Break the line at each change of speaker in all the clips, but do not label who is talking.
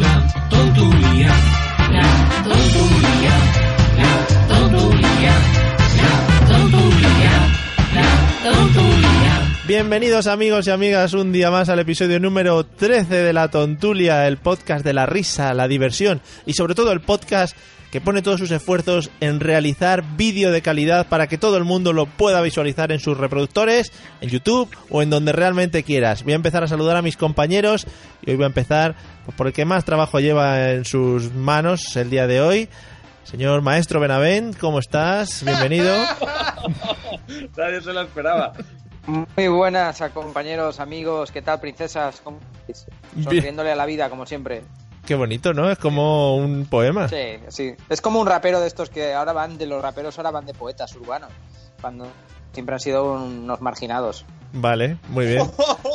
La tontulia, la tontulia, la tontulia, la tontulia, la tontulia.
Bienvenidos amigos y amigas un día más al episodio número 13 de La Tontulia, el podcast de la risa, la diversión y sobre todo el podcast que pone todos sus esfuerzos en realizar vídeo de calidad para que todo el mundo lo pueda visualizar en sus reproductores, en YouTube o en donde realmente quieras. Voy a empezar a saludar a mis compañeros y hoy voy a empezar pues, por el que más trabajo lleva en sus manos el día de hoy. Señor maestro Benavent, ¿cómo estás? Bienvenido.
Nadie se lo esperaba.
Muy buenas a compañeros, amigos, ¿qué tal, princesas? ¿Cómo estáis?
Bien.
Sonriéndole a la vida, como siempre.
Qué bonito, ¿no? Es como un poema.
Sí, sí. Es como un rapero de estos que ahora van de los raperos, ahora van de poetas urbanos. Cuando siempre han sido unos marginados.
Vale, muy bien.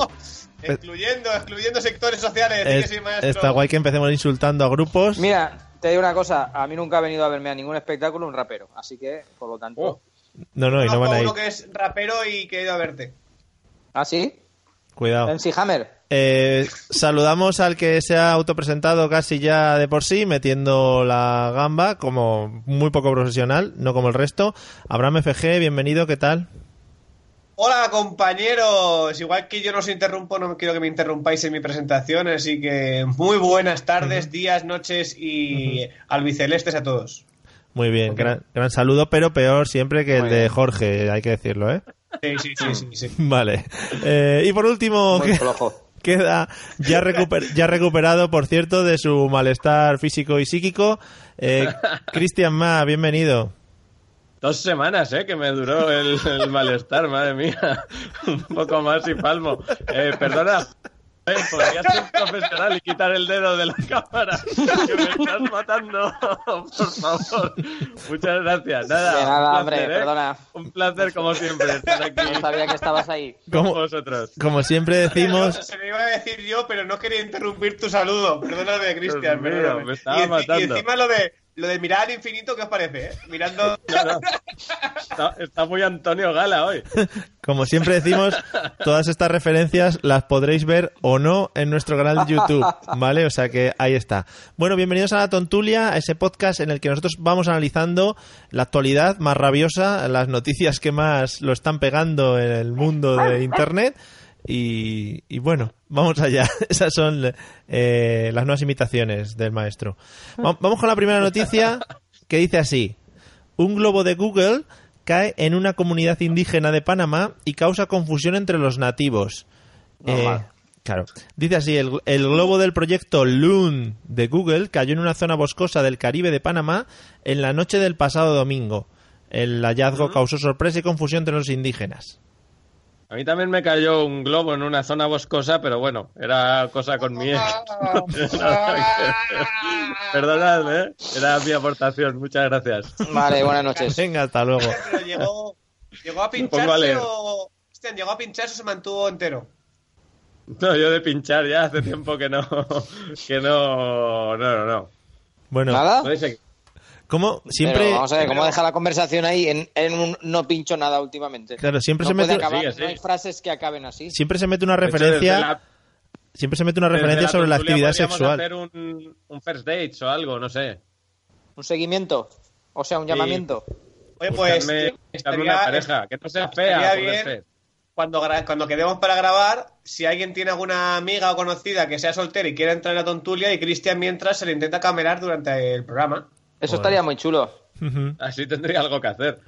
excluyendo, excluyendo sectores sociales. di que
Es-
sí, maestro.
está guay que empecemos insultando a grupos.
Mira, te digo una cosa, a mí nunca ha venido a verme a ningún espectáculo un rapero, así que, por lo tanto.
Oh.
No, no, y no
Conozco
van
a
a ir.
uno que es rapero y que he ido a verte.
¿Ah, sí?
Cuidado.
MC Hammer.
Eh, saludamos al que se ha autopresentado casi ya de por sí, metiendo la gamba, como muy poco profesional, no como el resto. Abraham FG, bienvenido, ¿qué tal?
Hola, compañeros. Igual que yo no os interrumpo, no quiero que me interrumpáis en mi presentación. Así que muy buenas tardes, días, noches y albicelestes a todos.
Muy bien, gran, gran saludo, pero peor siempre que el
Muy
de
bien.
Jorge, hay que decirlo, ¿eh?
Sí, sí, sí, sí. sí.
Vale. Eh, y por último,
Muy
¿qué-
flojo.
Queda ya, recuper- ya recuperado, por cierto, de su malestar físico y psíquico. Eh, Cristian Ma, bienvenido.
Dos semanas, ¿eh? Que me duró el, el malestar, madre mía. Un poco más y palmo. Eh, perdona, eh, podrías ser profesional y quitar el dedo de la cámara. Que me estás matando, por favor. Muchas gracias. Nada,
De nada,
un
hombre,
placer, ¿eh?
perdona.
Un placer, como siempre, estar aquí
No sabía que estabas ahí.
con
Como,
vosotros.
como siempre decimos,
Se lo iba a decir yo, pero no quería interrumpir tu saludo. Perdóname, Cristian.
Dios mío,
perdóname.
Pues me estaba
y, enci- y
matando.
encima lo de, lo de mirar al infinito, ¿qué os parece? eh? Mirando.
No, no. Está, está muy Antonio Gala hoy.
como siempre decimos, todas estas referencias las podréis ver o no en nuestro canal de YouTube, ¿vale? O sea que ahí está. Bueno, bienvenidos a La Tontulia, a ese podcast en el que nosotros vamos analizando la actualidad más rabiosa, las noticias que más lo están pegando en el mundo de Internet. Y, y bueno, vamos allá. Esas son eh, las nuevas imitaciones del maestro. Va- Vamos con la primera noticia que dice así. Un globo de Google cae en una comunidad indígena de Panamá y causa confusión entre los nativos. Eh, claro. Dice así, el, el globo del proyecto Loon de Google cayó en una zona boscosa del Caribe de Panamá en la noche del pasado domingo. El hallazgo causó sorpresa y confusión entre los indígenas.
A mí también me cayó un globo en una zona boscosa, pero bueno, era cosa con mi ex. No tiene nada que ver. Perdonad, ¿eh? Era mi aportación, muchas gracias.
Vale, buenas noches.
Venga, hasta luego.
Pero llegó, llegó a
Pongo a
pincharse
leer.
o. Cristian, llegó a pincharse o se mantuvo entero.
No, yo de pinchar ya hace tiempo que no. Que no. No, no, no.
Bueno,
Ah.
¿Nada?
No dice-
¿cómo
Pero
siempre,
vamos a ver, ¿cómo deja la conversación ahí en, en un no pincho nada últimamente?
claro, siempre
No
se
puede
mete,
acabar,
Sigue, sigue.
no hay frases que acaben así.
siempre se mete una
de hecho,
referencia,
desde la-
siempre se mete una
desde
referencia sobre la
tertulia
actividad
podríamos
sexual.
hacer un, un first date o algo, no sé.
un seguimiento, o sea, un
Sí.
llamamiento.
Oye, pues.
Buscarme, buscarme una
estaría-
pareja. Que no sea
estaría
fea. puede
bien.
ser.
cuando, gra- cuando quedemos para grabar, si alguien tiene alguna amiga o conocida que sea soltera y quiera entrar a la tontulia, y Cristian mientras se le intenta camelar durante el programa.
Eso
Joder.
estaría muy chulo.
Ujú.
Así tendría algo que hacer.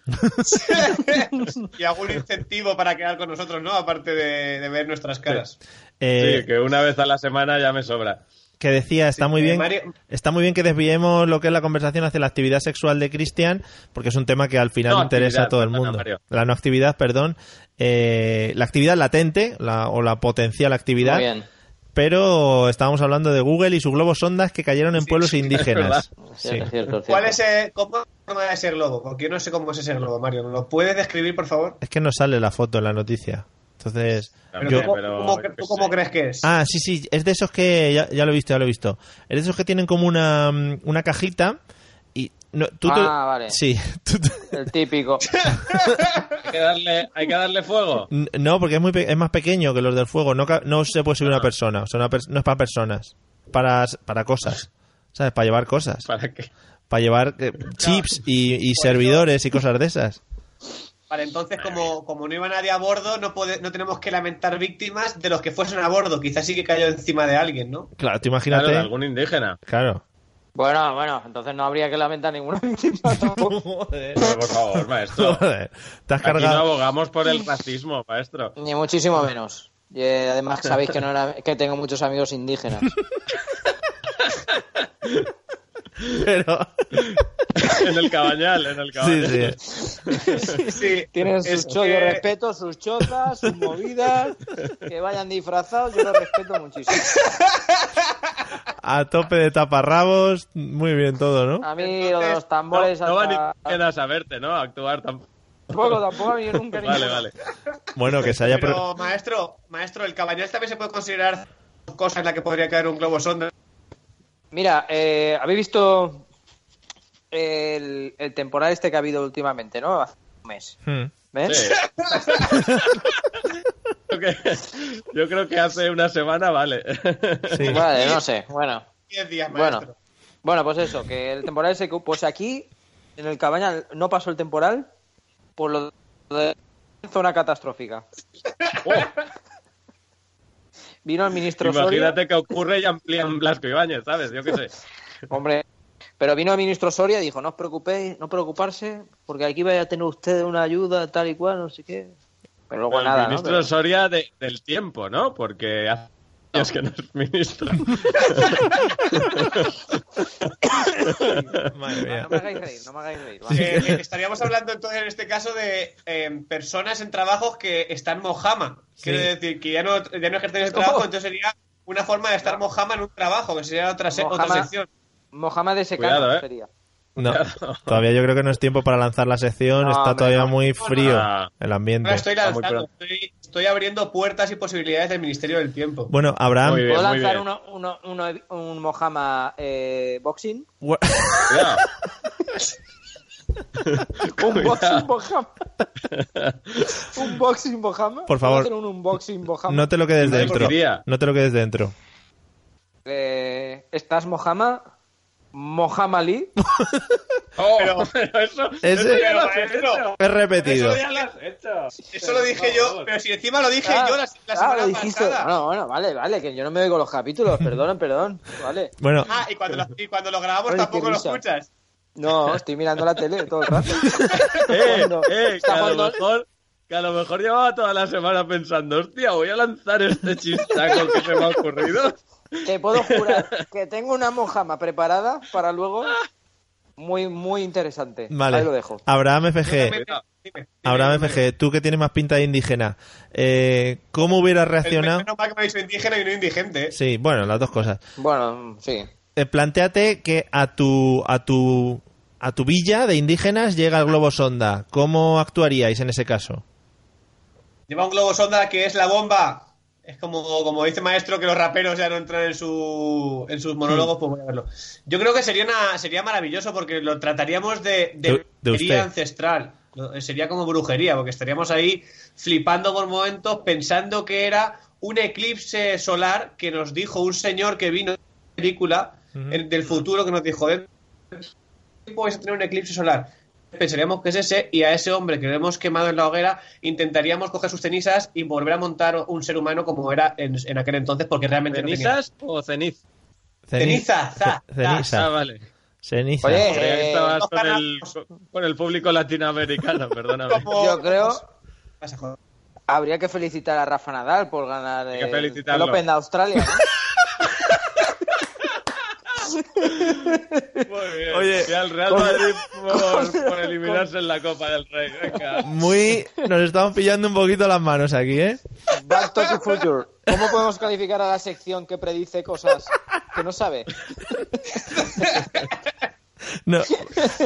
y algún incentivo para quedar con nosotros, ¿no? Aparte de, de ver nuestras caras.
Eh,
Sí, que una vez a la semana ya me sobra.
que decía, está
Sí,
muy
eh,
bien
Mario-
está muy bien que desviemos lo que es la conversación hacia la actividad sexual de Cristian, porque es un tema que al final
No
interesa a
actividad,
todo el
perdona,
mundo.
Mario.
La no actividad, perdón. eh, la actividad latente la- o la potencial actividad.
Muy bien.
Pero estábamos hablando de Google y sus globos sondas que cayeron en pueblos indígenas.
Es
Sí.
cierto, es cierto, es
¿Cuál
cierto.
es el, cómo es la forma de ese globo? Porque yo no sé cómo es ese globo, Mario. ¿Nos lo puedes describir, por favor?
Es que no sale la foto en la noticia. Entonces,
Pero
yo-
que-
¿Cómo-
pero
cómo,
yo qué
¿Tú cómo
sé.
crees que es?
Ah, sí, sí, es de esos que ya, ya lo he visto, ya lo he visto. Es de esos que tienen como una, mm, una cajita y no, tú te-
Ah, vale.
Sí, tú te-
El típico.
Hay que darle, hay que darle fuego.
N- No, porque es muy pe- es más pequeño que los del fuego. No, ca- no se puede subir
Ah.
una persona. O sea, una pers- no es para personas. Para, s- para cosas. ¿Sabes? Para llevar cosas.
¿Para qué?
Para llevar eh, chips y, y
Pues
servidores y cosas de esas.
Vale, entonces, como, como no iba nadie a bordo, no, puede- no tenemos que lamentar víctimas de los que fuesen a bordo. Quizás sí que cayó encima de alguien, ¿no?
Claro, tú
Claro, de
imagínate.
algún indígena.
Claro.
Bueno, bueno, entonces no habría que lamentar ninguna víctima tampoco.
Pero, por favor, maestro.
Joder, Te has
Aquí no
cargado.
abogamos por el racismo, maestro.
Ni muchísimo menos. Y eh, además sabéis que no era- que tengo muchos amigos indígenas.
Pero.
En el cabañal, en el
Sí,
cabañal.
sí.
Sí,
Tienen
es
sus cho- yo
que-
respeto sus chozas, sus movidas, que vayan disfrazados, yo los respeto muchísimo.
A tope de taparrabos. Muy bien todo, ¿no?
A mí
Entonces,
lo de los
No,
tambores
no van
hasta...
indígenas a verte, ¿no? A actuar tampoco.
Tampoco, tampoco ha venido nunca
Vale,
ninguno.
vale.
Bueno, que se haya. pro-
Pero, maestro, maestro, el cabañal también se puede considerar cosa en la que podría caer un globo sonda.
Mira, eh, habéis visto el, el temporal este que ha habido últimamente, ¿no? Hace un mes.
Hmm.
¿Ves?
Sí. Yo creo que- Yo creo que hace una semana, vale.
Sí.
Vale, no sé. Bueno,
10 días, maestro.
bueno. Bueno, pues eso, que el temporal ese... que- Pues aquí, en el Cabañal, no pasó el temporal por lo de zona catastrófica. Vino el ministro Soria...
Oh. Imagínate que ocurre y amplían Blasco Ibáñez, ¿sabes? Yo qué sé.
Hombre, pero vino el ministro Soria y dijo, no os preocupéis, no preocuparse, porque aquí vais a tener ustedes una ayuda tal y cual, no sé qué. Pero luego
el
nada, ¿no?
ministro
Pero-
Soria de- del tiempo, ¿no? Porque hace años que no es ministro.
Madre mía.
No me hagáis reír, no me hagáis reír. va.
Eh, eh, estaríamos hablando entonces en este caso de eh, personas en trabajos que están mojama. Quiero
Sí.
decir, que ya no, ya no ejercen ese trabajo,
Ojo.
entonces sería una forma de estar mojama en un trabajo, que sería otra, se- otra
Mojama.
sección.
Mohamed de
Cuidado,
Secano
¿eh?
sería.
No, todavía yo creo que no es tiempo para lanzar la sección.
No,
Está
hombre,
todavía
no.
muy frío
Ah.
el
Ahora
ambiente.
estoy
Está muy
lanzando, estoy, estoy abriendo puertas y posibilidades del Ministerio del Tiempo.
Bueno, Abraham.
Muy bien.
¿Puedo lanzar
bien.
uno, uno, uno- un Mohamed eh, boxing?
Gua-
Cuidado.
Un
Cuidado.
boxing Mohamed. un boxing Mohamed.
Por favor.
¿Puedo hacer un unboxing Mohamed?
No te lo quedes
Nadie
dentro.
diría.
No te lo quedes dentro.
Eh, ¿Estás Mohamed? Mohamed Ali.
Oh, pero, eso, eso ya
Ese
lo has
maestro,
hecho.
es repetido.
eso
Ya lo has hecho.
Eso lo dije yo, pero si encima lo dije yo la, la
Ah,
semana
lo dijiste.
pasada.
Bueno, bueno, vale, vale, que yo no me oigo los capítulos, perdón, perdón. Vale.
Bueno,
Ah, y cuando lo, y cuando lo grabamos
Ay, qué
tampoco lo
risa.
escuchas.
No, estoy mirando la tele todo el rato.
Eh,
Cuando-
eh, que
está
a lo
cuando-
mejor... Que a lo mejor llevaba toda la semana pensando, hostia, voy a lanzar este chistaco que se me ha ocurrido.
Te puedo jurar que tengo una mojama preparada para luego. Muy, muy interesante.
vale.
Ahí lo dejo.
Abraham FG.
Cuidado.
Abraham FG, tú que tienes más pinta de indígena. eh, ¿Cómo hubieras reaccionado?
Menos mal que me habéis dicho indígena y no indigente. ¿eh?
Sí, bueno, las dos cosas.
Bueno, sí.
Eh, plantéate que a tu, a tu, a tu villa de indígenas llega el globo sonda. ¿Cómo actuaríais en ese caso?
Lleva un globo sonda que es la bomba. Es como, como dice maestro que los raperos ya no entran en, su, en sus
Hmm.
monólogos, pues voy a verlo. Yo creo que sería, una, sería maravilloso porque lo trataríamos de, de,
De- de
brujería
usted.
ancestral. Lo- eh, Sería como brujería, porque estaríamos ahí flipando por momentos pensando que era un eclipse solar que nos dijo un señor que vino en una película en- del futuro que nos dijo, "Dentro tiempo vais a tener un eclipse solar. Pensaríamos que es ese y a ese hombre que lo hemos quemado en la hoguera intentaríamos coger sus cenizas y volver a montar un ser humano como era en, en aquel entonces porque realmente no tenía-
¿Cenizas o ceniz?
Ceniza, za,
Ce-
za,
Ah,
Ceniza.
vale.
Ceniza.
Oye,
Creía que
Eh,
estabas
los
con el, con el público latinoamericano, perdóname.
Como-
Yo creo
Vas a joder.
habría que felicitar a Rafa Nadal por ganar
Hay que
el,
felicitarlo.
el Open de Australia. ¿no?
Muy bien.
Oye,
y al Real Madrid por, por eliminarse en la Copa del Rey. Venga.
Muy. Nos estamos pillando un poquito las manos aquí, ¿eh?
Back to the future. ¿Cómo podemos calificar a la sección que predice cosas que no sabe?
No.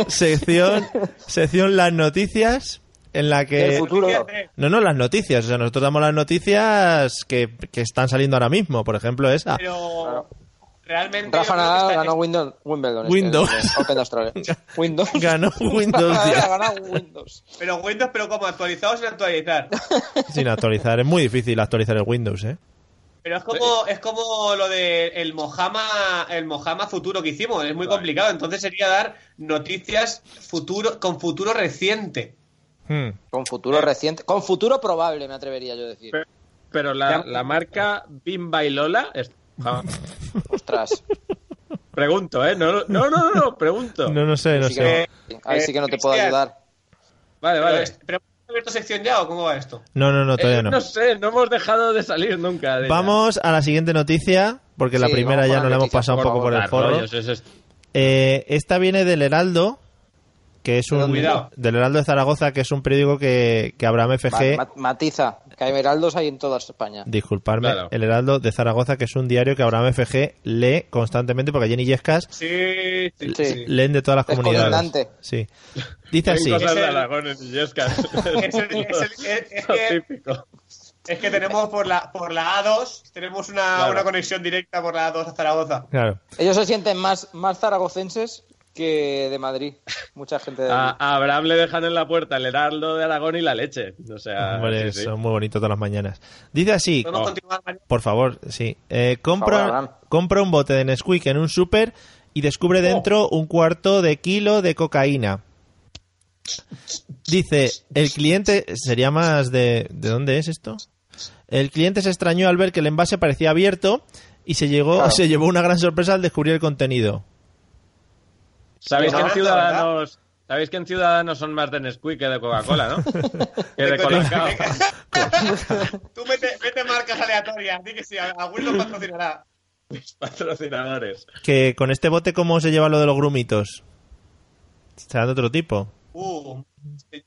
Sección, sección las noticias en la
El
que.
futuro.
No, no, las noticias. O sea, nosotros damos las noticias que, que están saliendo ahora mismo. Por ejemplo, esa.
Pero realmente.
Rafa
yo creo que
Nadal
está-
ganó Windows, Wimbledon. este,
Windows.
el Open de Australia. Windows.
Ganó Windows
Rafa Nadal
ya.
ha ganado Windows.
Pero Windows, pero como actualizado sin actualizar.
Sin actualizar. Es muy difícil actualizar el Windows, ¿eh?
Pero es como, es como lo de el Mojama, el Mojama futuro que hicimos, es muy complicado. Entonces sería dar noticias futuro, con futuro reciente.
Hmm.
Con futuro reciente. Con futuro probable, me atrevería yo a decir.
Pero- Pero la, la marca Bimba y Lola. es- ah,
Ostras.
pregunto, ¿eh? No, no, no, no, no, pregunto.
No, no sé, no
Así que
sé.
no- ahí sí que no te puedo
Cristian.
ayudar.
Vale,
Pero,
vale.
es- ¿Pero hemos abierto sección ya o cómo va esto?
No, no, no,
Eh,
todavía
no
no.
sé, no hemos dejado de salir nunca. de ella.
Vamos a la siguiente noticia, porque la
Sí,
primera
vamos
ya
con la
nos la hemos
noticia,
pasado un poco por el
Dar
foro.
rollos, eso es-
Eh, esta viene del Heraldo, que es un.
Cuidado.
Del Heraldo de Zaragoza, que es un periódico que, que Abraham FG.
Ma- ma- matiza. Que hay heraldos hay en toda España.
Disculparme,
Claro.
el Heraldo de Zaragoza, que es un diario que Abraham FG lee constantemente, porque Jenny Yescas
Sí, sí, sí.
leen de todas las
Es
comunidades.
colindante.
Sí. Dice así.
Hay cosas de
Es el-
Aragones y Yescas.
Es el- es el- es- es que-
típico.
Es que tenemos por la, por la A2, tenemos una,
Claro.
una conexión directa por la A2 a Zaragoza.
Claro.
Ellos se sienten más, más zaragocenses que de Madrid. Mucha gente de
A,
allí.
a Abraham le dejan en la puerta el heraldo de Aragón y la leche. O sea,
Hombre,
Ah, sí, sí.
son muy bonitos todas las mañanas. Dice así.
Podemos
Oh.
continuar, Mario?
Por favor, sí. Eh,
Por favor,
compra,
Abraham.
compra un bote de Nesquik en un súper y descubre
Oh.
dentro un cuarto de kilo de cocaína. Dice, el cliente sería más de... ¿De dónde es esto? El cliente se extrañó al ver que el envase parecía abierto y se, llegó,
Claro.
se llevó una gran sorpresa al descubrir el contenido.
¿Sabéis,
No,
que en
no,
Ciudadanos, Sabéis que en Ciudadanos son más de Nesquik que de Coca-Cola, ¿no? que de Colacao.
Tú mete, mete marcas aleatorias, di que sí, algún lo patrocinará.
Patrocinadores.
Que con este bote, ¿cómo se lleva lo de los grumitos? Será de otro tipo.
Uh,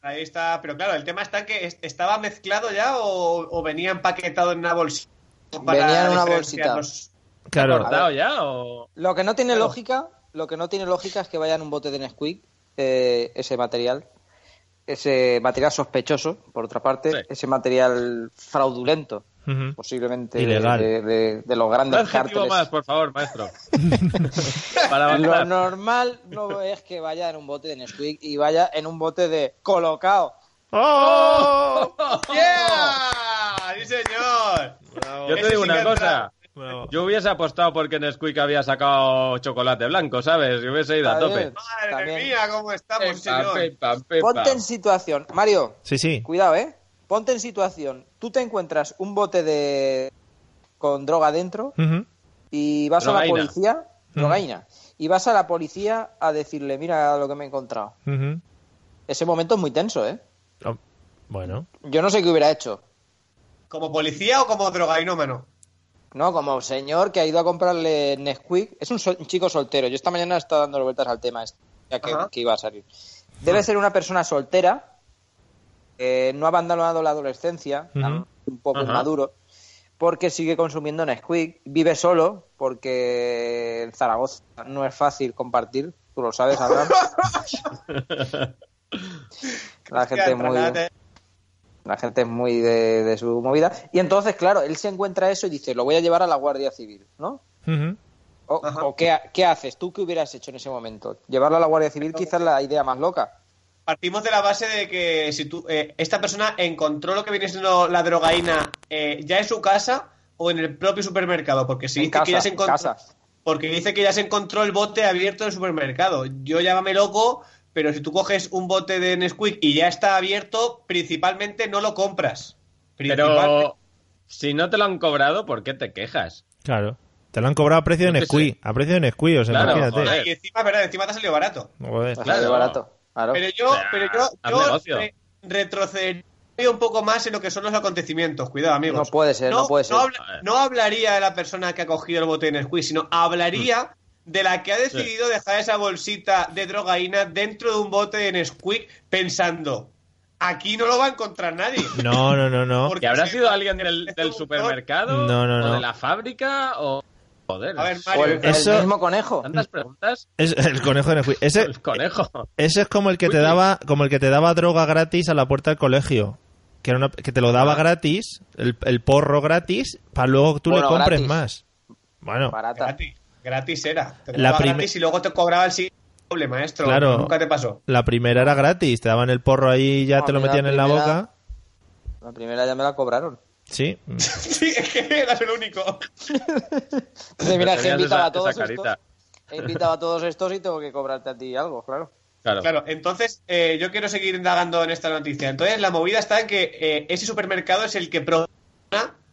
ahí está. Pero claro, el tema está que es- estaba mezclado ya o, o venía empaquetado en una bolsita.
Venía en una
diferenciarlos?
Claro.
¿Cortado ya o...?
Lo que no tiene lógica, lo que no tiene lógica es que vaya en un bote de Nesquik eh, ese material, ese material sospechoso, por otra parte,
Sí.
ese material fraudulento,
Ujú.
posiblemente
Ilegal.
De, de- de los
Un
grandes cárteles.
adjetivo más, por favor, maestro. Para
Lo
avanzar.
normal no es que vaya en un bote de Nesquik y vaya en un bote de colocado.
¡Oh!
¡Yeah! ¡Ah! ¡Sí, señor!
Yo te
Ese
digo
sí
una
que ha
cosa.
entrado.
Bravo.
Yo hubiese apostado porque Nesquik había sacado chocolate blanco, ¿sabes? Yo hubiese ido a
Está
tope.
bien.
¡Madre
También.
mía, cómo estamos, sí,
Pam, pam,
señor!
pam, pam,
Ponte
pam.
en situación, Mario,
Sí, sí.
cuidado, ¿eh? Ponte en situación. Tú te encuentras un bote de con droga dentro
Ujú.
y vas a la
Drogaína.
policía, drogaína, y vas a la policía a decirle, mira lo que me he encontrado.
Ujú.
Ese momento es muy tenso, ¿eh?
Oh, Bueno.
Yo no sé qué hubiera hecho.
¿Como policía o como drogainómano?
No, como señor que ha ido a comprarle Nesquik. Es un, sol- un chico soltero. Yo esta mañana he estado dando vueltas al tema este, ya que,
Ajá.
que iba a salir. Debe ser una persona soltera, eh, no ha abandonado la adolescencia,
Ujú.
un poco
Ajá.
inmaduro, porque sigue consumiendo Nesquik, vive solo, porque en Zaragoza no es fácil compartir, tú lo sabes, Abraham. la gente es muy...
Trasládate.
La gente es muy de, de su movida. Y entonces, claro, él se encuentra eso y dice, lo voy a llevar a la Guardia Civil, ¿no?
Ujú.
¿O,
Ajá.
o qué, ha- qué haces? ¿Tú qué hubieras hecho en ese momento? Llevarlo a la Guardia Civil quizás la idea más loca.
Partimos de la base de que si tú, eh, esta persona encontró lo que viene siendo la drogaína eh, ya en su casa o en el propio supermercado, porque si
En
dice
casa,
que ya se
en
encontró,
casa.
porque dice que ya se encontró el bote abierto en el supermercado. Yo llámame loco, pero si tú coges un bote de Nesquik y ya está abierto, principalmente no lo compras. Principalmente.
Pero si no te lo han cobrado, ¿por qué te quejas?
Claro. Te lo han cobrado a precio de
Yo qué
Nesquí. A precio de Nesquí, o sea,
Claro,
imagínate.
joder.
y encima, verdad, encima te ha salido barato.
Joder.
Claro.
Claro.
barato. Claro.
Pero yo,
O sea,
pero yo,
haz
yo
negocio.
re- retrocedería un poco más en lo que son los acontecimientos. Cuidado, amigos.
No puede ser, no puede ser.
habla- no hablaría de la persona que ha cogido el bote en el quiz, sino hablaría de la que ha decidido dejar esa bolsita de drogaína dentro de un bote de Nesquik pensando, aquí no lo va a encontrar nadie.
No, no, no, no.
Porque-
¿Que habrá sido alguien del, del supermercado?
No, no,
¿O
no.
de la fábrica? ¿O.? Joder.
A ver,
O
Mario,
el,
Eso-
el mismo conejo.
Tantas preguntas.
Es el conejo de Nesquik. Ese,
El conejo.
ese es como el que te daba, como el que te daba droga gratis a la puerta del colegio. Que, era una- que te lo daba gratis, el, el porro gratis, para luego tú
Bueno,
le compres
gratis.
más. Bueno,
Barata.
gratis, gratis era. Te
La
cobraba
prim-
gratis y luego te cobraba el siguiente doble, maestro.
Claro.
Nunca te pasó.
la primera era gratis, te daban el porro ahí y ya
No,
te lo
a mí la
metían en la
primera-
boca.
La primera ya me la cobraron.
Sí. mm,
Sí, es que eras el único.
Entonces, mira,
Pero
es que
tenías
invitaba
esa-
a todos
esa carita.
estos. He invitado a todos estos y tengo que cobrarte a ti algo, claro.
Claro.
Claro, entonces eh, yo quiero seguir indagando en esta noticia. Entonces la movida está en que eh, ese supermercado es el que programa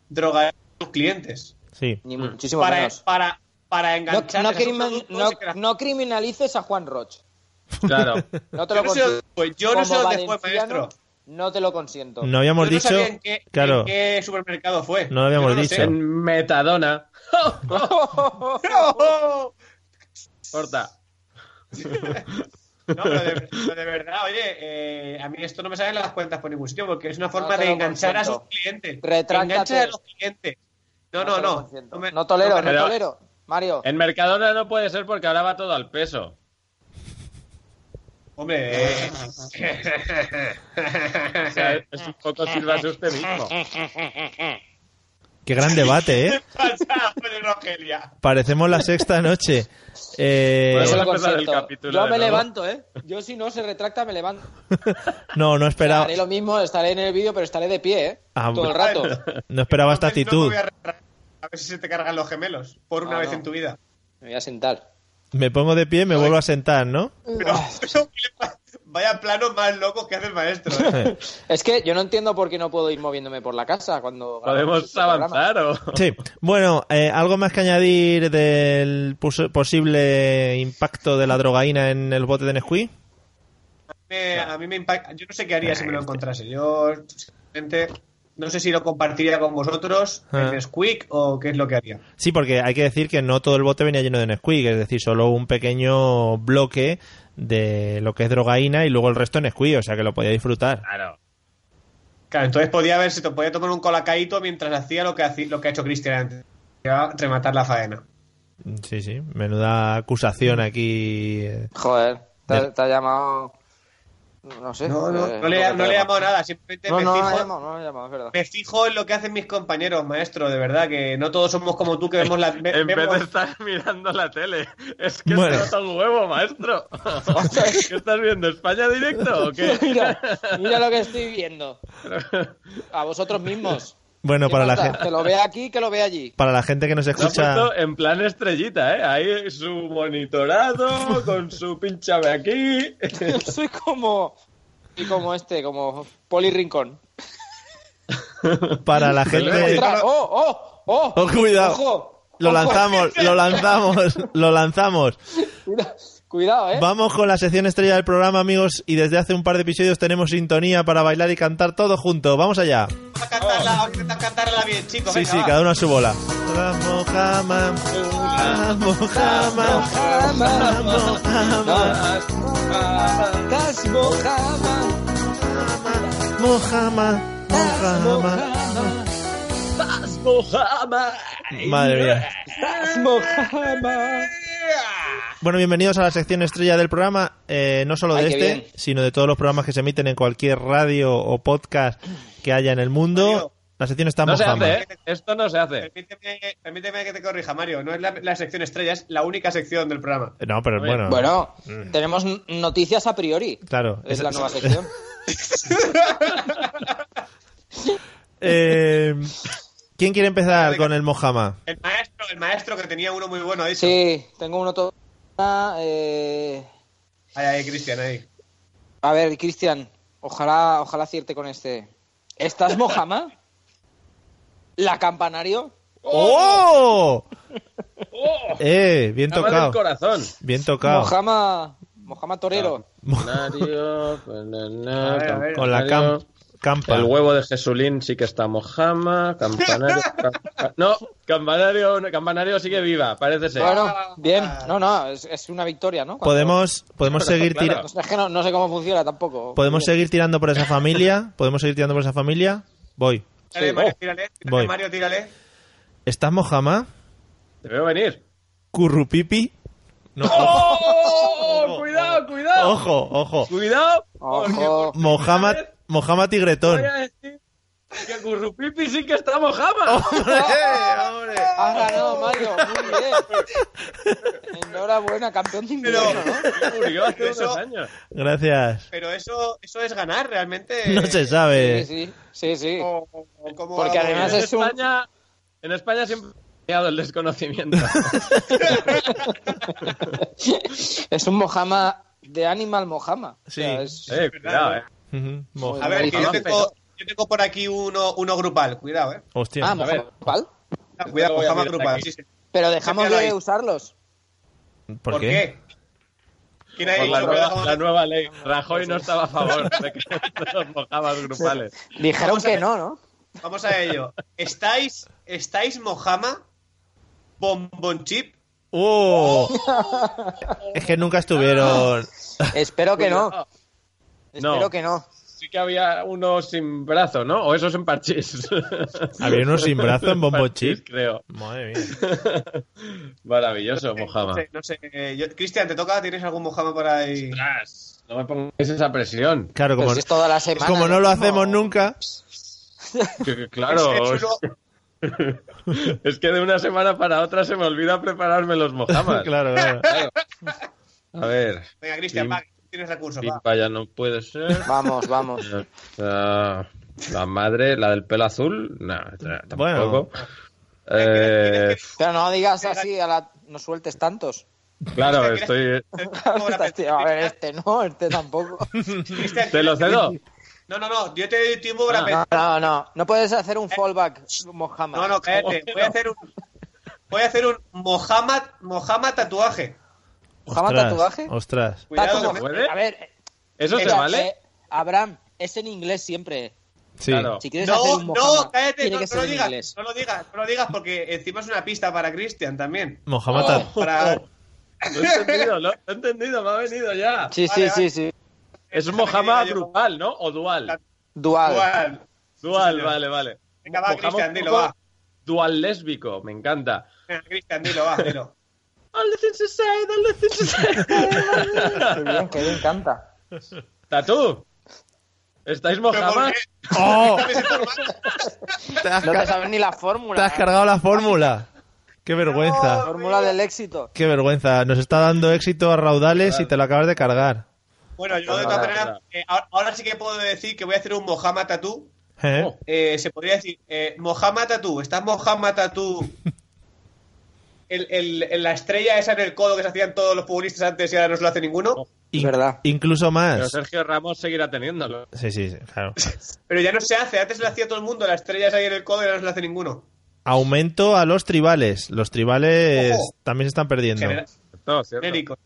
droga a sus clientes.
Sí.
Ni
Mm.
muchísimo
Para,
menos.
para, para
No,
enganchar
no
esos
crimin-
productos
no-
y que la-
no criminalices a Juan Roch.
claro.
No te
Yo
lo
no sé dónde
consiento.
fue, yo no sé
Como
dónde fue,
valenciano,
maestro.
No te lo consiento.
No habíamos
Yo no
dicho.
sabía en qué,
claro.
en qué supermercado fue.
No lo habíamos
Yo
dicho.
sé.
En Metadona.
¡No!
Corta.
No, pero de, pero de verdad, oye, eh, a mí esto no me salen las cuentas por ningún sitio porque es una forma
No te
de
lo
enganchar a sus
consiento.
clientes.
Retráctate.
Engancha a los clientes. No, no,
te lo
no.
consiento.
No, me-
No tolero,
no
no,
me-
pero-
tolero. Mario,
En Mercadona no puede ser porque ahora va todo al peso.
Hombre, eh,
O sea, es un poco sirvase usted mismo.
Qué gran debate, ¿eh?
pasa, hombre, Rogelia.
Parecemos la sexta noche. Eh,
no
Vamos
se
a
lo
empezar el
consiento.
capítulo
Yo
de
me
nuevo.
levanto, ¿eh? Yo si no se retracta me levanto.
no, no esperaba,
Haré lo mismo, estaré en el vídeo, pero estaré de pie, ¿eh?
Ah,
Todo el rato.
bueno.
no esperaba esta
No me- no
actitud.
me voy a re- a ver si se te cargan los gemelos por una
No,
vez
Ah, no.
en tu vida.
Me voy a sentar.
Me pongo de pie y me
eh.
vuelvo a sentar, ¿no?
Pero,
Ah.
pero ¿qué le pasa? vaya planos más locos que hace el maestro. ¿eh?
Es que yo no entiendo por qué no puedo ir moviéndome por la casa cuando... grabamos
¿Podemos
este programa.
avanzar o.?
Sí. Bueno, eh, algo más que añadir del pos- posible impacto de la drogaína en el bote de Nesquik.
Me- a mí me impacta. Yo no sé qué haría si me
este.
lo encontrase. Yo, sinceramente, no sé si lo compartiría con vosotros
Ah.
en Squeak o qué es lo que haría.
Sí, porque hay que decir que no todo el bote venía lleno de Nesquik, es decir, solo un pequeño bloque de lo que es drogaína y luego el resto Nesquik, o sea que lo podía disfrutar.
Claro.
Claro, entonces podía haber, se te podía tomar un colacaito mientras hacía lo que, hacía, lo que ha hecho Cristian antes. que era rematar la faena.
Sí, sí, menuda acusación aquí. eh.
Joder, te,
Del-
te ha llamado... No sé.
No, no,
eh,
no le,
lo que te
no le he
llama.
llamado nada, simplemente
No,
me,
no, no le he
fijo,
llamado, no le he llamado, es verdad.
me fijo en lo que hacen mis compañeros, maestro, de verdad, que no todos somos como tú que vemos la... ve-
En vez
vemos-
de estar mirando la tele. Es que
Bueno.
se nota un huevo, maestro. ¿Qué estás viendo? ¿España directo o qué?
Mira, mira lo que estoy viendo. A vosotros mismos.
Bueno,
¿Qué
para la,
pasa?
gen-
Que lo vea aquí, que lo vea allí.
para la gente que nos
Lo ha
escucha.
puesto en plan estrellita, ¿eh? Ahí su monitorado, con su pinchame aquí.
Yo soy como. soy como este, como Poli Rincón.
Para la gente.
¡Ostras! ¡Oh, oh, oh!
Eh, Oh, cuidado.
Ojo.
Lo
Ojo.
lanzamos, lo lanzamos, lo lanzamos.
Cuida- Cuidado, eh.
Vamos con la sección estrella del programa, amigos, y desde hace un par de episodios tenemos sintonía para bailar y cantar todo junto. Vamos allá.
Vamos a cantarla,
Oh.
vamos a intentar cantarla bien, chicos.
Sí,
venga,
sí,
va.
cada uno a su bola. Vamos, Hammam. Vamos, Hammam. Vamos, Hammam.
Estás mojada,
Mohammad,
estás
Mohammad.
mojada,
Madre mía.
estás mojada.
Bueno, bienvenidos a la sección estrella del programa, eh, no solo de
Ay, qué
este,
bien.
sino de todos los programas que se emiten en cualquier radio o podcast que haya en el mundo.
Mario.
La sección está
No se
Mohammad.
hace, ¿eh? Esto no se hace.
Permíteme, permíteme que te corrija, Mario. No es la, la sección estrella, es la única sección del programa.
No, pero
¿eh? Muy bien.
bueno.
Bueno, tenemos n- noticias a priori.
Claro.
Es
Esa-
la nueva sección.
Eh, ¿Quién quiere empezar con el Mohammad?
El maestro, el maestro que tenía uno muy bueno, dicho.
Sí, tengo uno todo. Ah, Eh,
Ahí, ahí, Cristian, ahí.
a ver, Cristian, ojalá, ojalá acierte con este. ¿Estás mojama? ¿La campanario?
¡Oh! Eh, bien
Llama Oh. del
tocado.
corazón.
Bien tocado.
Mojama, Mojama Torero.
Canario, banana,
A ver, a ver.
Con la
campanario.
camp Campa.
El huevo de Jesulín sí que está mojama. Campanario. campa- no, campanario, campanario sigue viva, parece ser.
Ah,
Bueno, bien. No, no, es, es una victoria, ¿no? Cuando-
Podemos, podemos seguir
Claro.
tirando.
O sea, es que no, no sé cómo funciona tampoco.
Podemos seguir tirando por esa familia. Podemos seguir tirando por esa familia. Voy.
Tírale,
Sí.
Mario,
Oh.
tírale, tírale,
Voy.
Mario, tírale.
¿Estás Mojama?
Te veo venir.
¿Currupipi? No,
¡Oh! ¡Cuidado, cuidado!
ojo, ojo.
¡Cuidado!
Ojo.
Mohamed, Mohamed Tigretón.
Voy a decir que Currupipi sí que está mojama.
Has ganado, Ah, Mario. Muy bien. Enhorabuena, campeón de
Pero,
invierno, ¿no?
Murió hace
Eso-
unos años.
Gracias.
pero eso, eso es ganar realmente.
No se sabe.
Sí, sí, sí, sí.
O- o cómo
Porque
vamos.
además
en,
es un-
España, en España siempre ha peleado el desconocimiento.
Es un Mojama de Animal Mojama. O sea, es-
Sí.
eh, cuidado, eh.
Ujú,
A
Mohamed.
ver, que yo
Mojama,
tengo, yo tengo por aquí uno, uno grupal, cuidado, eh.
Ah,
Hostia.
A ver.
Mojama. ¿cuál?
Cuidado,
lo voy a
Mojama
mirar
grupal. sí,
aquí.
sí.
Pero dejamos
Sácalo
de
ahí.
usarlos.
¿Por qué?
¿Quién ha
Por
dicho
la,
que
nueva,
dejamos de-
la nueva ley. Rajoy no estaba a favor de que los mojamas grupales.
Dijeron
Vamos a
que
ver.
no, ¿no?
Vamos a ello. ¿Estáis, estáis Mojama, Bombón Chip?
¡Oh! Es que nunca estuvieron.
Espero que no.
Cuidado.
Espero que no.
Sí que había uno sin brazo, ¿no? O esos en parchís.
Había uno sin brazo en Bombo
Parchís,
Chip.
creo.
Madre mía.
Maravilloso, mojama.
No sé, no sé. eh, yo- Cristian, ¿te toca? ¿Tienes algún Mojama por ahí?
Ostras, No me pongáis esa presión.
Claro,
Pero
como,
Pues si es toda la semana.
como no lo hacemos nunca.
Que- que
Es
claro.
que chulo.
Es que de una semana para otra se me olvida prepararme los mojamas.
Claro, claro.
A ver.
Venga, Cristian,
Pim.
va, tienes recursos, va.
Pimpa ya no puede ser.
Vamos, vamos.
Ah, la madre, la del pelo azul, no, tampoco.
Bueno.
Eh,
Pero no digas así, a la... no sueltes tantos.
claro, estoy.
Estás, tío, A ver, este no, este tampoco.
Cristian,
Te lo cedo.
No, no, no, yo te doy tiempo para
No,
pensar.
no, no. No puedes hacer un fallback, Mojama.
Eh. No, no, cállate. Voy a hacer un, voy a hacer un Mohamed, Mohamed tatuaje.
¿Mojama
Ostras,
tatuaje?
Ostras.
Cuidado
Tato
con
Moj-
¿Puede?
A ver, eh,
¿Eso se
espera,
vale?
eh, Abraham, es en inglés siempre.
Sí.
Claro.
Si quieres hacer
No,
un Mojama,
no, cállate,
tiene
no,
que
no
ser
lo
en
digas,
inglés.
no lo digas, no lo digas porque encima es una pista para Cristian también.
Oh.
Mohamed. Ta-
Para-
Lo he entendido, lo he entendido, me ha venido ya.
Sí,
Vale,
sí,
vale.
sí, sí.
Es un mojama
Yo-
grupal, ¿no? O dual.
Dual.
Igual.
Dual,
señor.
vale, vale.
Venga, va,
Mojama
Cristian, dilo,
grupal,
va.
Dual lésbico, me encanta.
Venga, Cristian, dilo, va, dilo.
All the things you say, all the things you say.
Qué bien, que me encanta.
Tatú, ¿estáis
Pero ¿por
mojamas?
qué?
¡Oh!
¿Sabes informar?
Te has,
No te
ca-
sabes ni la
te
fórmula.
has cargado la fórmula. Qué
La
vergüenza.
fórmula del éxito.
Qué vergüenza. Nos está dando éxito a raudales y te lo acabas de cargar.
Bueno, yo de todas
Nada,
maneras,
nada.
eh, ahora, ahora sí que puedo decir que voy a hacer un Mohamed tatú.
¿Eh?
Oh.
Eh, se podría decir, eh, Mohamed tatú, ¿estás Mohamed tatú? El, el- el- la estrella esa en el codo que se hacían todos los futbolistas antes y ahora no se lo hace ninguno.
Es verdad.
Incluso
Pero
más.
Sergio Ramos seguirá teniéndolo.
Sí, sí, sí, claro.
Pero ya no se hace, antes lo hacía todo el mundo, la estrella esa ahí en el codo y ahora no se lo hace ninguno.
Aumento a los tribales. Los tribales
Ojo.
también se están perdiendo.
Genera-
Todo, ¿cierto? Eh,
genérico.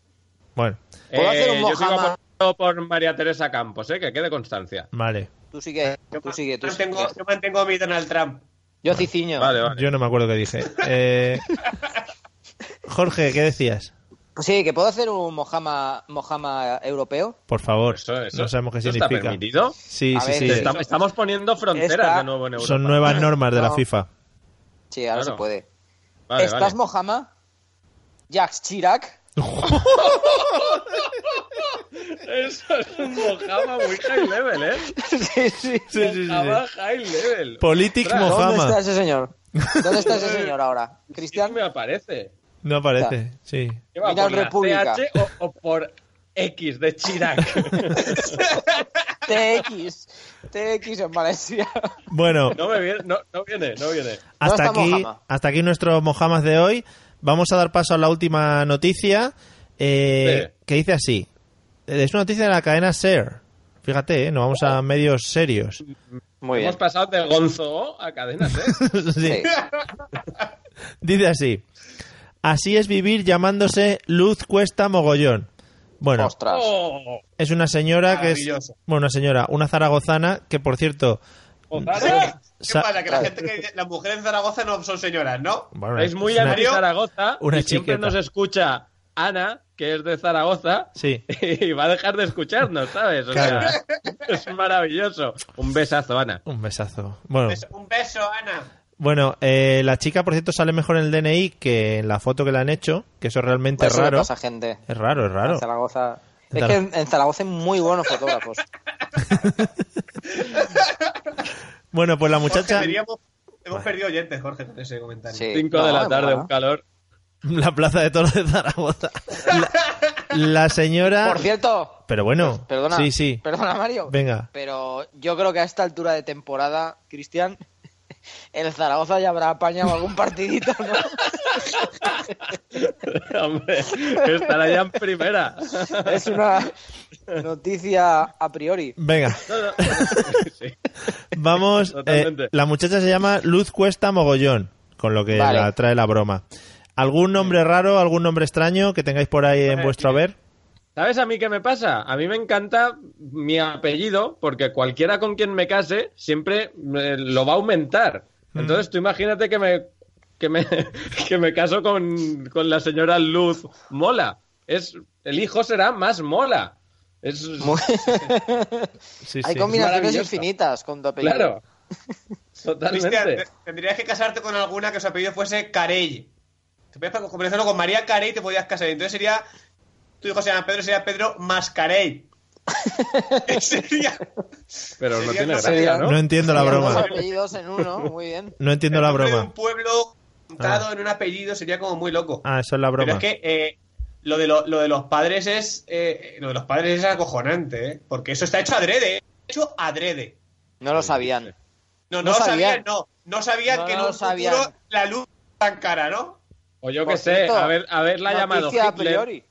Bueno,
¿Puedo hacer un
yo sigo
mojama?
apostando por María Teresa Campos, ¿eh? que quede constancia.
vale.
Tú sigue,
Yo,
tú sigue, tú sigue.
mantengo, yo mantengo a mi Donald Trump.
Yo ciciño.
Vale, vale.
Yo no me acuerdo qué dije. Eh, Jorge, ¿qué decías?
Sí, que puedo hacer un Mojama, Mojama europeo.
Por favor,
Eso, eso-
no sabemos qué
¿eso
significa.
¿Está permitido?
Sí,
A
sí,
ver,
sí.
te
Estamos, estamos poniendo fronteras
Esta-
de nuevo en Europa.
Son nuevas normas de la
No.
FIFA.
Sí, ahora
Claro.
se puede.
Vale,
¿Estás
vale.
Mojama? Jacques Chirac.
Eso es un mojama muy high level, ¿eh?
sí, sí.
Sí, sí, sí.
Mojama high level.
Politics
Ostras,
¿Dónde
Mojama.
está ese señor? ¿Dónde está ese señor ahora?
Cristian
Cristian,
Pues me aparece.
No aparece, sí.
¿Qué va,
Mira
por la
República.
CH o, o por X de Chirac?
TX. TX en Valencia.
Bueno,
no, me viene, no, no viene, no viene.
hasta,
está
aquí,
Mojama?
hasta aquí nuestros mojamas de hoy. Vamos a dar paso a la última noticia eh,
Sí.
que dice así. Es una noticia de la cadena SER. Fíjate, eh, no vamos a medios serios.
Muy bien.
Hemos pasado de Gonzo a cadenas, ¿eh?
Sí.
Sí.
Dice así. Así es vivir llamándose Luz Cuesta Mogollón. Bueno,
Ostras.
¡Oh!
es una señora que es.
Maravilloso.
Bueno, una señora, una zaragozana que, por cierto.
Zaragoza. ¿Qué
sa-
pasa? Que la gente que las mujeres en Zaragoza no son señoras, ¿no?
bueno,
Es muy
una-
anti Zaragoza.
una
y siempre
chiqueta.
nos escucha Ana, que es de Zaragoza.
Sí.
Y va a dejar de escucharnos, ¿sabes? O
Claro.
sea, es maravilloso. Un besazo, Ana.
Un besazo. Bueno,
Beso- Pues, Un beso, Ana.
bueno eh, la chica, por cierto, sale mejor en el DNI que en la foto que le han hecho, que eso es realmente
Eso le
raro.
pasa a gente.
Es raro, es
En
raro.
Zaragoza.
En
Es
Zara-
que en, en Zaragoza hay muy buenos fotógrafos.
Bueno, pues la
Jorge,
muchacha,
teníamos- hemos perdido oyentes, Jorge, con ese comentario.
Sí.
5
No,
de la
es
tarde,
bueno.
un calor.
la plaza de toros de Zaragoza. La, la señora.
Por cierto, pues,
Pero bueno,
perdona.
sí, sí.
Perdona, Mario.
Venga.
Pero yo creo que a esta altura de temporada, Cristian, el Zaragoza ya habrá apañado algún partidito, ¿no?
Hombre, estará ya en primera.
Es una noticia a priori.
Venga,
No, no. Sí.
vamos. eh,
Totalmente.
la muchacha se llama Luz Cuesta Mogollón, con lo que
Vale.
la trae la broma. ¿Algún nombre raro, algún nombre extraño que tengáis por ahí en vuestro haber?
¿Sabes a mí qué me pasa? A mí me encanta mi apellido porque cualquiera con quien me case siempre eh, lo va a aumentar.
Mm.
Entonces tú imagínate que me, que me, que me caso con, con la señora Luz Mola. Es, el hijo será más Mola. Es,
Muy-
Sí,
Hay
sí.
combinaciones
maravilloso.
infinitas con tu apellido.
claro.
Cristian,
Totalmente.
te- tendrías que casarte con alguna que su apellido fuese Carey. Te podías para comenzarlo con María Carey te podías casar. Entonces sería. Tu hijo se llama Pedro, sería Pedro Mascarey. sería.
Pero no
sería
tiene
como-
gracia, ¿no?
No entiendo la
Serían Dos
broma.
apellidos en uno, muy bien.
No entiendo la
el nombre de
Ah, broma.
Un pueblo montado en un apellido sería como muy loco.
Ah, eso es la
Pero
broma.
es que eh, lo, de lo, lo de los padres es. eh, lo de los padres es acojonante, ¿eh? Porque eso está hecho adrede. ¿eh? Hecho adrede.
No lo sabían. No
No, no, sabían,
sabían.
no. No sabían
No
que en
lo
un futuro
sabían.
la luz tan cara, ¿no?
O yo
Por
qué sé,
cierto,
haber, haberla llamado
Noticia a
Hitler.
priori.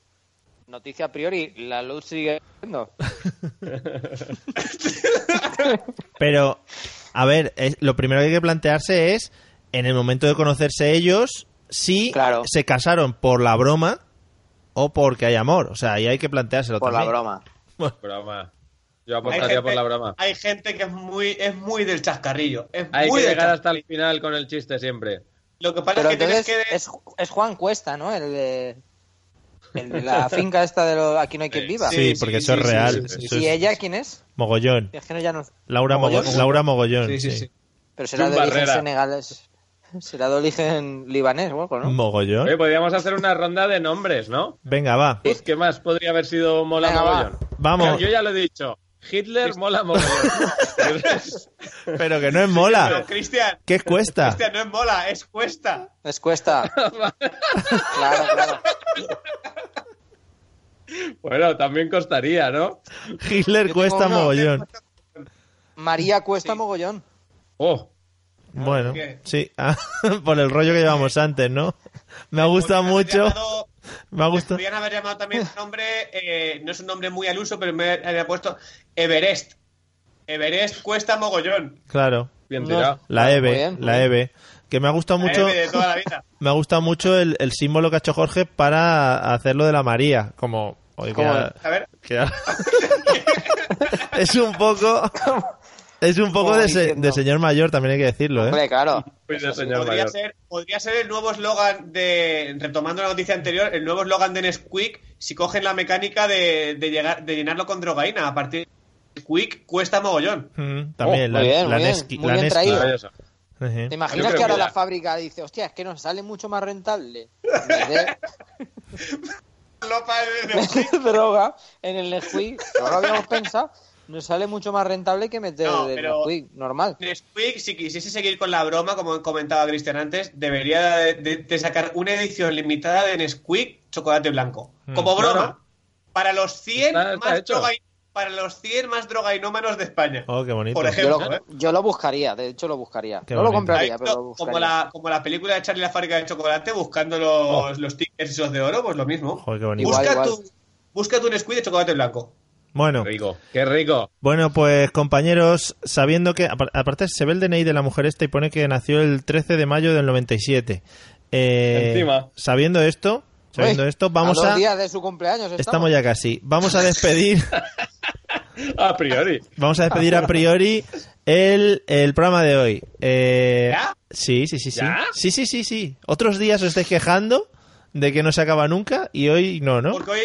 Noticia a priori. La luz sigue. siendo.
Pero, a ver, es- lo primero que hay que plantearse es, en el momento de conocerse ellos, si
Claro.
se casaron por la broma o porque hay amor. O sea, ahí hay que planteárselo
Por la
también.
broma.
Broma. Yo
Hay
apostaría por la broma.
hay gente que es muy, es muy del chascarrillo. Es
Hay
muy
que
del
llegar
chas-
hasta el final con el chiste siempre.
Lo que pasa
Pero
es que tienes
entonces
que.
es, es Juan Cuesta, ¿no? El de, el de la finca esta de lo- Aquí no hay quien viva.
Sí,
Sí,
porque
sí,
eso es
sí,
real.
sí, sí,
Eso
¿Y
es
ella quién es?
Mogollón.
Es que no, ya no-
Laura Mogollón.
Mogollón.
Laura Mogollón.
Sí, sí,
sí.
sí.
Pero será
Jun
de origen
Barrera.
senegalés. Será de origen libanés o algo, ¿no?
Mogollón.
Eh.
Oye, podríamos hacer una ronda de nombres, ¿no?
Venga, va.
Pues, ¿Qué más podría haber sido Mola
Venga, va.
Mogollón?
Vamos.
Yo ya lo he dicho. Hitler Mola Mogollón.
Pero que no es
Pero,
mola.
Cristian,
¿Qué cuesta?
Cristian, no es mola, es cuesta.
Es Cuesta. claro, claro.
bueno, también costaría, ¿no?
Hitler
Yo
cuesta
tengo uno.
mogollón.
María Cuesta Mogollón.
¿Eh?
Oh,
Bueno,
¿Qué?
sí. Ah, por el rollo que llevamos antes, ¿no? Me ha gustado mucho.
Llamado-
Me ha gustado.
Podrían haber llamado también un nombre, eh, no es un nombre muy al uso, pero me había puesto Everest. Everest cuesta mogollón.
Claro.
bien
No.
tirado.
La
Muy
EVE,
bien.
la EVE. Que me ha gustado
La
mucho,
M de toda la vida.
me ha gustado mucho el, el símbolo que ha hecho Jorge para hacerlo de la María. Como, oye, que
¿Cómo
ya-
A ver,
que ya- es un poco, es un poco
Como
de, se-
diciendo.
de señor mayor, también hay que decirlo, ¿eh?
Hombre, claro.
Uy, de señor
pues, podría
mayor.
ser, podría ser el nuevo eslogan de, retomando la noticia anterior, el nuevo eslogan de Nesquik, si cogen la mecánica de, de llegar, de llenarlo con drogaína, a partir de Quick cuesta mogollón.
Mm, También,
Oh,
la,
muy bien,
la
muy bien.
Nesqui-
Muy
la
bien
Nesqui.
traído.
Maravilloso.
Ujú.
¿Te
Yo
imaginas
creo
que ahora
que
la
ya.
fábrica dice, hostia, es que nos sale mucho más rentable vender
Lopa de Nesquik.
droga en el Nesquik? No lo habíamos pensado. Nos sale mucho más rentable que meter
No,
el
pero-
Nesquik normal.
Nesquik, si quisiese seguir con la broma, como comentaba Cristian antes, debería de, de- de sacar una edición limitada de Nesquik chocolate blanco. Como
no,
broma.
no.
Para los 100
Mm, Está- está
más
hecho.
drogai- para los 100 más drogainómanos de España.
Oh, qué bonito.
Por
Yo
ejemplo, ¿eh?
lo, yo lo buscaría, de hecho lo buscaría.
Qué
no lo
bonito.
compraría,
Ahí,
pero
no,
lo
como,
buscaría.
la, como la película de Charlie la fábrica de chocolate, buscando
Oh.
los, los tickets esos de oro, pues lo mismo.
Joder, qué bonito.
busca,
Igual,
Tu, busca tu Nesquik de chocolate blanco.
Bueno,
Rico, qué rico.
bueno, pues compañeros, sabiendo que, apar- aparte se ve el DNI de la mujer esta y pone que nació el 13 de mayo del 97. Eh,
Encima.
Sabiendo esto, Sabiendo
Uy,
esto, vamos
a.
a.
Dos días de su cumpleaños estamos.
Estamos ya casi. Vamos a despedir.
A priori.
Vamos a despedir a priori el, el programa de hoy. Eh,
¿Ya?
Sí, sí, sí, sí.
¿Ya?
Sí, sí, sí, sí. Otros días os estáis quejando de que no se acaba nunca y hoy no, ¿no?
Porque, hoy,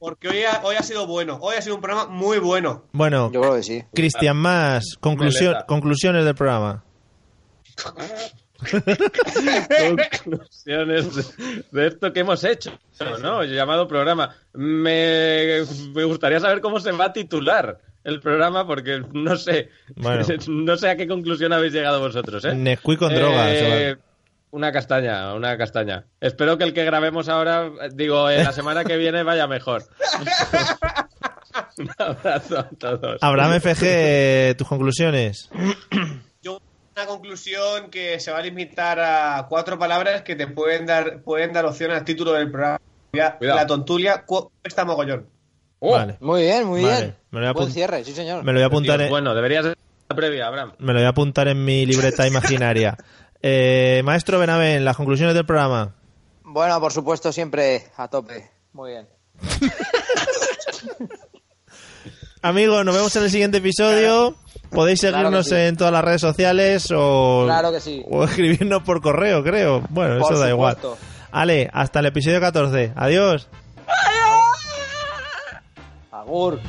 porque hoy, ha, hoy ha sido bueno. Hoy ha sido un programa muy bueno.
Bueno,
Yo creo que sí.
Cristian, más conclusión,
Meleta.
conclusiones del programa.
Conclusiones de- de esto que hemos hecho, ¿no? Llamado programa. Me, me gustaría saber cómo se va a titular el programa porque no sé.
Bueno.
No sé a qué conclusión habéis llegado vosotros, ¿eh?
Nesquik con drogas.
Eh, Una castaña, una castaña. Espero que el que grabemos ahora, eh, digo, eh, la semana que viene vaya mejor. Un abrazo a todos.
Abraham FG, eh, tus conclusiones.
Yo una conclusión que se va a limitar a cuatro palabras que te pueden dar pueden dar opción al título del programa. Ya,
Cuidado.
La tontulia cu- cuesta mogollón.
Oh,
Vale.
Muy bien, muy
Vale,
bien.
me lo voy a
Buen
apun-
cierre, sí, señor.
Me lo voy a apuntar
tío,
en,
Bueno, deberías ser la previa, Abraham.
me lo voy a apuntar en mi libreta imaginaria. Eh, Maestro Benavén, las conclusiones del programa.
Bueno, por supuesto, siempre a tope. Muy bien.
Amigos, nos vemos en el siguiente episodio. Podéis
Claro que
seguirnos
sí.
en todas las redes sociales o,
Claro que sí.
o escribirnos por correo, creo. Bueno,
Por
eso da igual.
supuesto.
Ale, hasta el episodio 14. Adiós.
Agur.